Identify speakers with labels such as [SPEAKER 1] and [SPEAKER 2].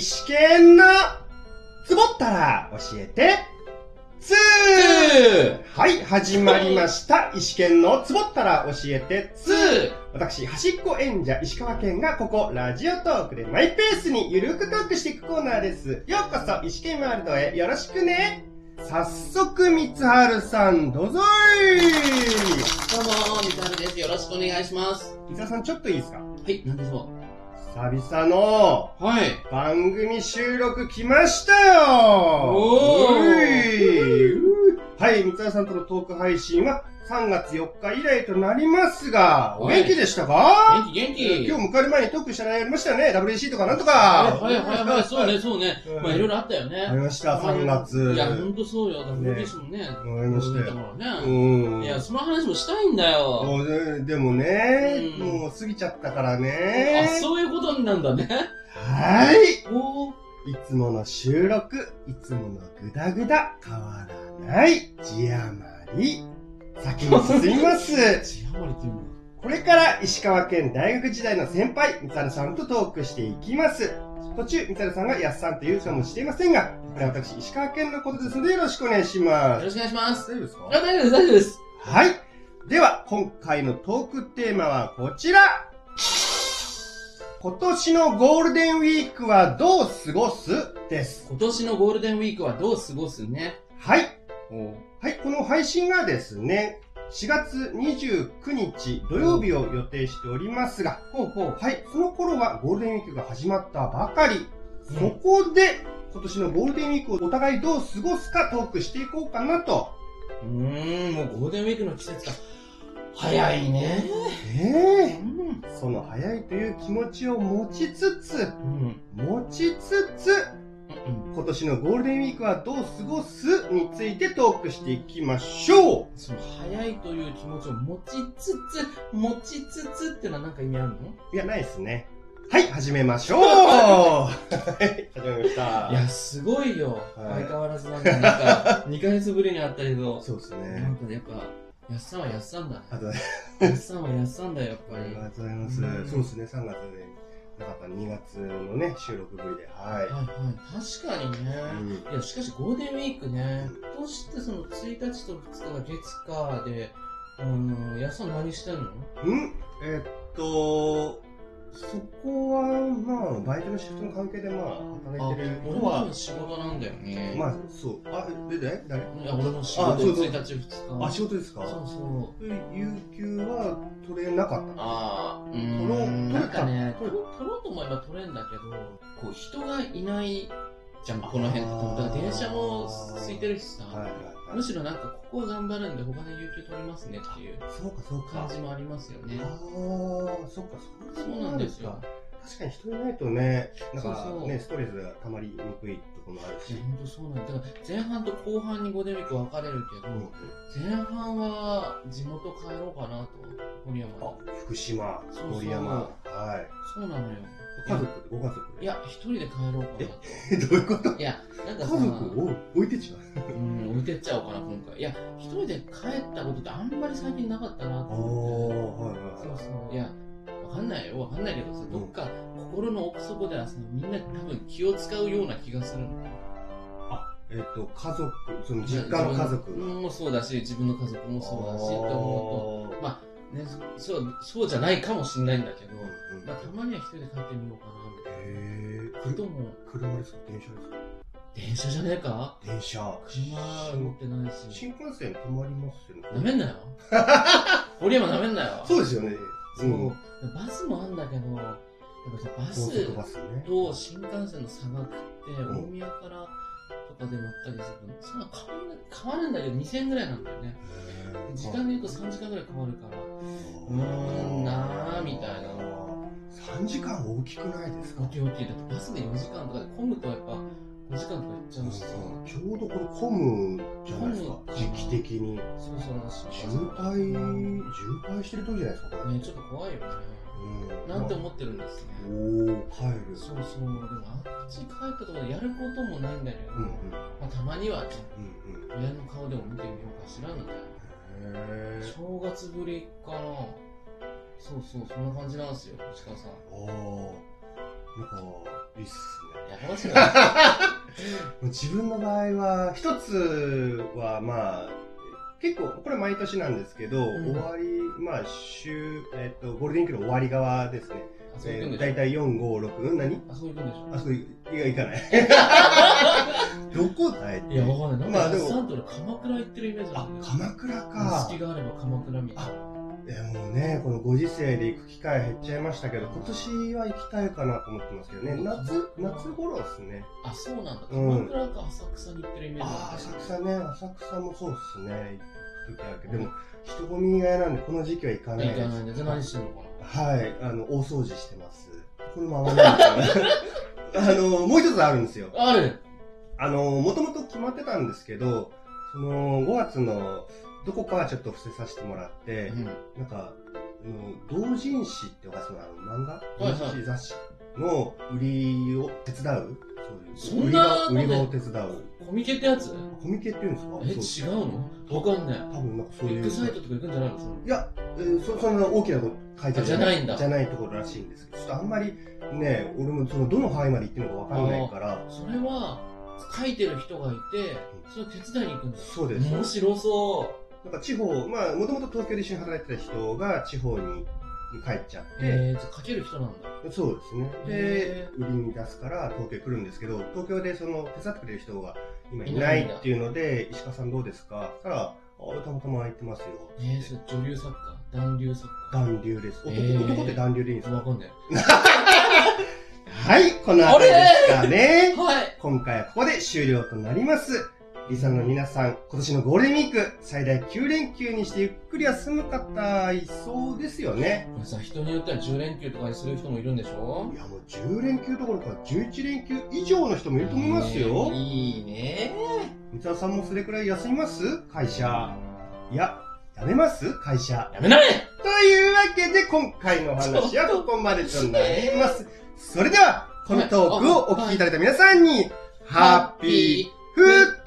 [SPEAKER 1] 試験のツボったら教えてツーはい、始まりました。石剣のツボったら教えてツー私、端っこ演者石川県がここ、ラジオトークでマイペースにゆるくトークしていくコーナーです。ようこそ、石剣ワールドへよろしくね早速、三春さん、どうぞい
[SPEAKER 2] どうも、みたるです。よろしくお願いします。
[SPEAKER 1] 三沢さん、ちょっといいですか
[SPEAKER 2] はい、なんでしょ
[SPEAKER 1] 久々の
[SPEAKER 2] う。はい。
[SPEAKER 1] 番組収録来ましたよ
[SPEAKER 2] おー
[SPEAKER 1] ういうーはい、三沢さんとのトーク配信は3月4日以来となりますが、お元気でしたか
[SPEAKER 2] 元気、元気。
[SPEAKER 1] 今
[SPEAKER 2] も。
[SPEAKER 1] 日迎える前にトークした内容ありましたよね ?WC とかなんと
[SPEAKER 2] はい、
[SPEAKER 1] か
[SPEAKER 2] はい、はい、 はい、そうね、そうね
[SPEAKER 1] うん。
[SPEAKER 2] まあ、いろいろあったよ
[SPEAKER 1] あり
[SPEAKER 2] ね。
[SPEAKER 1] ました、3月。
[SPEAKER 2] いや、ほんとそうよ。だから、ですもんね。あ
[SPEAKER 1] ありましたよ。
[SPEAKER 2] から
[SPEAKER 1] う
[SPEAKER 2] ね。
[SPEAKER 1] ん
[SPEAKER 2] いや、その話もしたいんだよ。
[SPEAKER 1] もうねでもね、
[SPEAKER 2] うん
[SPEAKER 1] もう過ぎちゃったから
[SPEAKER 2] あ、
[SPEAKER 1] ね。
[SPEAKER 2] そういうことになんだね。
[SPEAKER 1] はい。
[SPEAKER 2] おー。
[SPEAKER 1] いつもの収録、いつものグダグダ、変わらない、字余り。先に進み ます。
[SPEAKER 2] 血余りっていうの
[SPEAKER 1] これから石川県大学時代の先輩、三るさんとトークしていきます。途中、三るさんがやっさんと言うかもしれませんが、これは私、石川県のことですのでよろしくお願いし
[SPEAKER 2] は。
[SPEAKER 1] ま
[SPEAKER 2] よ
[SPEAKER 1] す。
[SPEAKER 2] ろしくお願いします。
[SPEAKER 1] 大丈夫です
[SPEAKER 2] あ、大丈夫です、大丈夫です。
[SPEAKER 1] はい。では、今回のトークテーマはこちら。今年のゴールデンウィークはどう過ごすです。
[SPEAKER 2] 今年のゴールデンウィークはどう過ごすね。
[SPEAKER 1] はい。
[SPEAKER 2] お
[SPEAKER 1] はい、この配信がですね、4月29日土曜日を予定しておりますが、
[SPEAKER 2] ほうほう。
[SPEAKER 1] はい、その頃はゴールデンウィークが始まったばかり。
[SPEAKER 2] うん
[SPEAKER 1] そこで、今年のゴールデンウィークをお互いどう過ごすかトークしていこうかなと。
[SPEAKER 2] うーん、もうゴールデンウィークの季節が早いね。う
[SPEAKER 1] ええ
[SPEAKER 2] ん。
[SPEAKER 1] その早いという気持ちを持ちつつ、
[SPEAKER 2] うん。
[SPEAKER 1] 持ちつつ、
[SPEAKER 2] うん。
[SPEAKER 1] 今年のゴールデンウィークはどう過ごすについてトークしていきましょう。
[SPEAKER 2] その早いという気持ちを持ちつつ、持ちつつってのはなんか意味あるの
[SPEAKER 1] いや、ないですね。はい、始めましょうはい、 始めました。
[SPEAKER 2] いや、すごいよ。
[SPEAKER 1] はい
[SPEAKER 2] 相変わらずなんか、なん か、2ヶ月ぶりに会ったけど、
[SPEAKER 1] そうです
[SPEAKER 2] な
[SPEAKER 1] ね
[SPEAKER 2] ん。かやっぱ、やっさんはやっさんだ
[SPEAKER 1] あと、あ
[SPEAKER 2] ね。やっさんはやっさんだよ、やっぱ
[SPEAKER 1] り
[SPEAKER 2] り。
[SPEAKER 1] が
[SPEAKER 2] は
[SPEAKER 1] とうございます。
[SPEAKER 2] うん
[SPEAKER 1] そうですね、3月でなかった2月のね、収録ぶりで。はい
[SPEAKER 2] はい、確かにね。
[SPEAKER 1] い。うん
[SPEAKER 2] いや、しかしゴールデンウィークね、どうしてその1日と2日が月火で、うん、やっさん何してんの
[SPEAKER 1] うんえっと、そこは、まあ、バイトのシフトの関係で、まあ、
[SPEAKER 2] あ
[SPEAKER 1] 働いてる、
[SPEAKER 2] 俺
[SPEAKER 1] 子
[SPEAKER 2] も多
[SPEAKER 1] は
[SPEAKER 2] 分、仕事なんだよね。
[SPEAKER 1] まあ、そう。あ、で、で誰
[SPEAKER 2] いや、俺も仕
[SPEAKER 1] あ
[SPEAKER 2] 事
[SPEAKER 1] そうそう
[SPEAKER 2] 1日2日。
[SPEAKER 1] あ、仕事ですか
[SPEAKER 2] そうそう。
[SPEAKER 1] 有給は取れなかった。
[SPEAKER 2] ああ、う
[SPEAKER 1] 取ろう取れた
[SPEAKER 2] なんかね、
[SPEAKER 1] 取
[SPEAKER 2] 取
[SPEAKER 1] れ
[SPEAKER 2] ろうと思えば取れんだけど、こう人がいないじゃん、この辺って。だから電車も空いてるしさ、
[SPEAKER 1] はいはいはい
[SPEAKER 2] む。しろなんかここは頑張るんで他の有給取りますねっていう
[SPEAKER 1] そうか、そうか
[SPEAKER 2] 感。じもありますよね。
[SPEAKER 1] ああ、そっか、そ
[SPEAKER 2] そうなんですよ。。
[SPEAKER 1] 確かに人いないとね、なんか
[SPEAKER 2] そうそう
[SPEAKER 1] ね、ストレスが溜まりにくいところもある
[SPEAKER 2] い
[SPEAKER 1] し
[SPEAKER 2] や、。本当そうなんだ。だから前半と後半にゴールデンウィーク分かれるけ
[SPEAKER 1] うん
[SPEAKER 2] ど、前半は地元帰ろうかなと、森山
[SPEAKER 1] あ
[SPEAKER 2] に。、
[SPEAKER 1] 福島、
[SPEAKER 2] そうそう
[SPEAKER 1] 森山、はい。
[SPEAKER 2] そうなのよ。
[SPEAKER 1] 家族、ご家族で。
[SPEAKER 2] い、や、一人で帰ろうかな
[SPEAKER 1] どういうこと
[SPEAKER 2] と。いや、なん
[SPEAKER 1] 家
[SPEAKER 2] かさ、
[SPEAKER 1] 族を置いてっちまう。
[SPEAKER 2] うん、置いてっちゃおうかな、今回。いや、一人で帰ったことってあんまり最近なかったなと思って。
[SPEAKER 1] ああ、はいはい
[SPEAKER 2] そ
[SPEAKER 1] は
[SPEAKER 2] う
[SPEAKER 1] い。
[SPEAKER 2] そう。いや、わかんないよ、わかんないけどさ
[SPEAKER 1] ん、
[SPEAKER 2] どっか心の奥底ではさ、みんな多分気を使うような気がするの。
[SPEAKER 1] えっと、家族、その実家の家族
[SPEAKER 2] 自
[SPEAKER 1] が。
[SPEAKER 2] 分もそうだし、自分の家族もそうだし、って思
[SPEAKER 1] う
[SPEAKER 2] とうと、ね、そそう、そうじゃないかもしんないんだけど、
[SPEAKER 1] んうん
[SPEAKER 2] まあ、たまには一人で帰ってみようかな、みたい
[SPEAKER 1] へえ。
[SPEAKER 2] な。あと
[SPEAKER 1] く
[SPEAKER 2] も、
[SPEAKER 1] 車ですか電車ですか
[SPEAKER 2] 電車じゃねえか
[SPEAKER 1] 電車。
[SPEAKER 2] 車乗ってないし。
[SPEAKER 1] 新幹線止まりますよね。
[SPEAKER 2] な めんなよ。俺今なめんなよ。
[SPEAKER 1] そうですよね。
[SPEAKER 2] そう、
[SPEAKER 1] ん
[SPEAKER 2] バスもあんだけど、やっぱさバ
[SPEAKER 1] 高
[SPEAKER 2] ス
[SPEAKER 1] 速バスね。
[SPEAKER 2] と新幹線の差額って、
[SPEAKER 1] うん
[SPEAKER 2] 大宮からとかで乗ったりすると、そんな変わんない、変わるんだけど、2000円ぐらいなんだよね。で時間で言うと3時間ぐらい変わるから、うーんなーみたいな
[SPEAKER 1] 3時間大きくないですか
[SPEAKER 2] 大きい大きい。だってバスで4時間とかで混むとやっぱ5時間とかいっちゃうしさ、
[SPEAKER 1] ちょうどこれ混むじゃないですか
[SPEAKER 2] 混む
[SPEAKER 1] 時期的に
[SPEAKER 2] そうそうなんし
[SPEAKER 1] 渋滞渋滞してる時じゃないですかこれ、
[SPEAKER 2] ね、ちょっと怖いよ
[SPEAKER 1] う
[SPEAKER 2] ね。
[SPEAKER 1] ん
[SPEAKER 2] なんて思ってるんですね。
[SPEAKER 1] おお帰る
[SPEAKER 2] そうそう、でもあっち帰ったところでやることもないんだけど、
[SPEAKER 1] うんうん
[SPEAKER 2] まあ、たまにはね、
[SPEAKER 1] うんうんへ
[SPEAKER 2] 親の顔でも見てみようかしらみたいな。
[SPEAKER 1] え
[SPEAKER 2] 正月ぶりかなそうそうそんな感じなんですよ石川さん
[SPEAKER 1] ああなんかいいっすね。
[SPEAKER 2] やばし な。
[SPEAKER 1] 自分の場合は、一つはまあ、結構、これ毎年なんですけど、
[SPEAKER 2] うん
[SPEAKER 1] 終わり、まあ、週、えっ、と、ゴールデンウィークの終わり側ですね。
[SPEAKER 2] あそこ行
[SPEAKER 1] え
[SPEAKER 2] くん
[SPEAKER 1] ー、
[SPEAKER 2] でし
[SPEAKER 1] だいたい4、5、6、うん、何
[SPEAKER 2] ょあそこ行くんでしょ
[SPEAKER 1] あ、そう、いいや、行かない。 どこだい
[SPEAKER 2] いや、わかんない。
[SPEAKER 1] ま
[SPEAKER 2] な
[SPEAKER 1] あ
[SPEAKER 2] んか、
[SPEAKER 1] でも
[SPEAKER 2] ヤッサンと俺鎌倉行ってるイメージあ
[SPEAKER 1] あ
[SPEAKER 2] るん、だよ
[SPEAKER 1] 鎌
[SPEAKER 2] ね。
[SPEAKER 1] 倉か
[SPEAKER 2] 隙。があれば鎌倉みたいな。
[SPEAKER 1] いや、もうね、このご時世で行く機会減っちゃいましたけど、今年は行きたいかなと思ってますけどね。夏、夏頃ですね。
[SPEAKER 2] あ、そうなんだ。
[SPEAKER 1] うん
[SPEAKER 2] 鎌倉か浅草に行ってるイメージ
[SPEAKER 1] ああ、
[SPEAKER 2] る
[SPEAKER 1] 浅草ね、浅草もそうですね。行く時あるけど、でも、人混みが嫌なんで、この時期は行かない
[SPEAKER 2] 行
[SPEAKER 1] で
[SPEAKER 2] か
[SPEAKER 1] す
[SPEAKER 2] ない。で、じゃあ何してんのかな。
[SPEAKER 1] はい、あの、大掃除してます。これも合わないですよね あの、もう一つあるんですよ。
[SPEAKER 2] ある
[SPEAKER 1] あの、もともと決まってたんですけど、その、5月の、どこかはちょっと伏せさせてもらって、
[SPEAKER 2] うん。
[SPEAKER 1] なんか、あの同人誌ってわかそのあの漫画、
[SPEAKER 2] いはい
[SPEAKER 1] 同人誌雑誌の売りを手伝う
[SPEAKER 2] そ
[SPEAKER 1] そういう。
[SPEAKER 2] んな
[SPEAKER 1] 売り場売り場
[SPEAKER 2] の
[SPEAKER 1] を手伝う。
[SPEAKER 2] コミケってやつ
[SPEAKER 1] コミケっていうんですか
[SPEAKER 2] え、
[SPEAKER 1] そう
[SPEAKER 2] 違うのわかんない。
[SPEAKER 1] 多分なんかそう
[SPEAKER 2] ビ
[SPEAKER 1] い
[SPEAKER 2] ッ
[SPEAKER 1] う。
[SPEAKER 2] グサイトとか行くんじゃないのその
[SPEAKER 1] いや、えーそそんな大きなこと書いてある
[SPEAKER 2] じゃないんだ
[SPEAKER 1] じゃないところらしいんですけど、ちょっとあんまりね、俺もそのどの範囲まで行ってるのかわかんないから、
[SPEAKER 2] それは、書いてる人がいて、それを手伝いに行くんだ。
[SPEAKER 1] そうです。
[SPEAKER 2] 面白そ
[SPEAKER 1] なんか地方、まあ、もともと東京で一緒に働いてた人が地方に帰っちゃっ
[SPEAKER 2] う。
[SPEAKER 1] て、
[SPEAKER 2] えー、じゃあ書ける人なんだ。
[SPEAKER 1] そうですね。で
[SPEAKER 2] へ、
[SPEAKER 1] 売りに出すから東京へ来るんですけど、東京でその手伝ってくれる人が今い
[SPEAKER 2] い
[SPEAKER 1] な
[SPEAKER 2] ないいんだ
[SPEAKER 1] っていうので、石川さんどうですかそしたら、あたまたま空いてますよ。
[SPEAKER 2] えー、それ女流作家男流作
[SPEAKER 1] 暖流です。男,、
[SPEAKER 2] えー
[SPEAKER 1] 男って暖流でいいんで
[SPEAKER 2] 家
[SPEAKER 1] す
[SPEAKER 2] わ
[SPEAKER 1] か
[SPEAKER 2] かんない。
[SPEAKER 1] はい、この辺りですかね。
[SPEAKER 2] はい
[SPEAKER 1] 今回はここで終了となります。リサの皆さん、今年のゴールデンウィーク、最大9連休にしてゆっくり休む方、いそうですよね。
[SPEAKER 2] これさ、人によっては10連休とかにする人もいるんでしょ
[SPEAKER 1] いや、もう10連休どころか11連休以上の人もいると思いますよ
[SPEAKER 2] ね。いいね
[SPEAKER 1] 三沢さんもそれくらい休みます会社。いや、やめます会社。
[SPEAKER 2] やめない
[SPEAKER 1] というわけで、今回のお話はここまでとなります。それでは、このトークをお聞きいただいた皆さんに、ハッピーフッ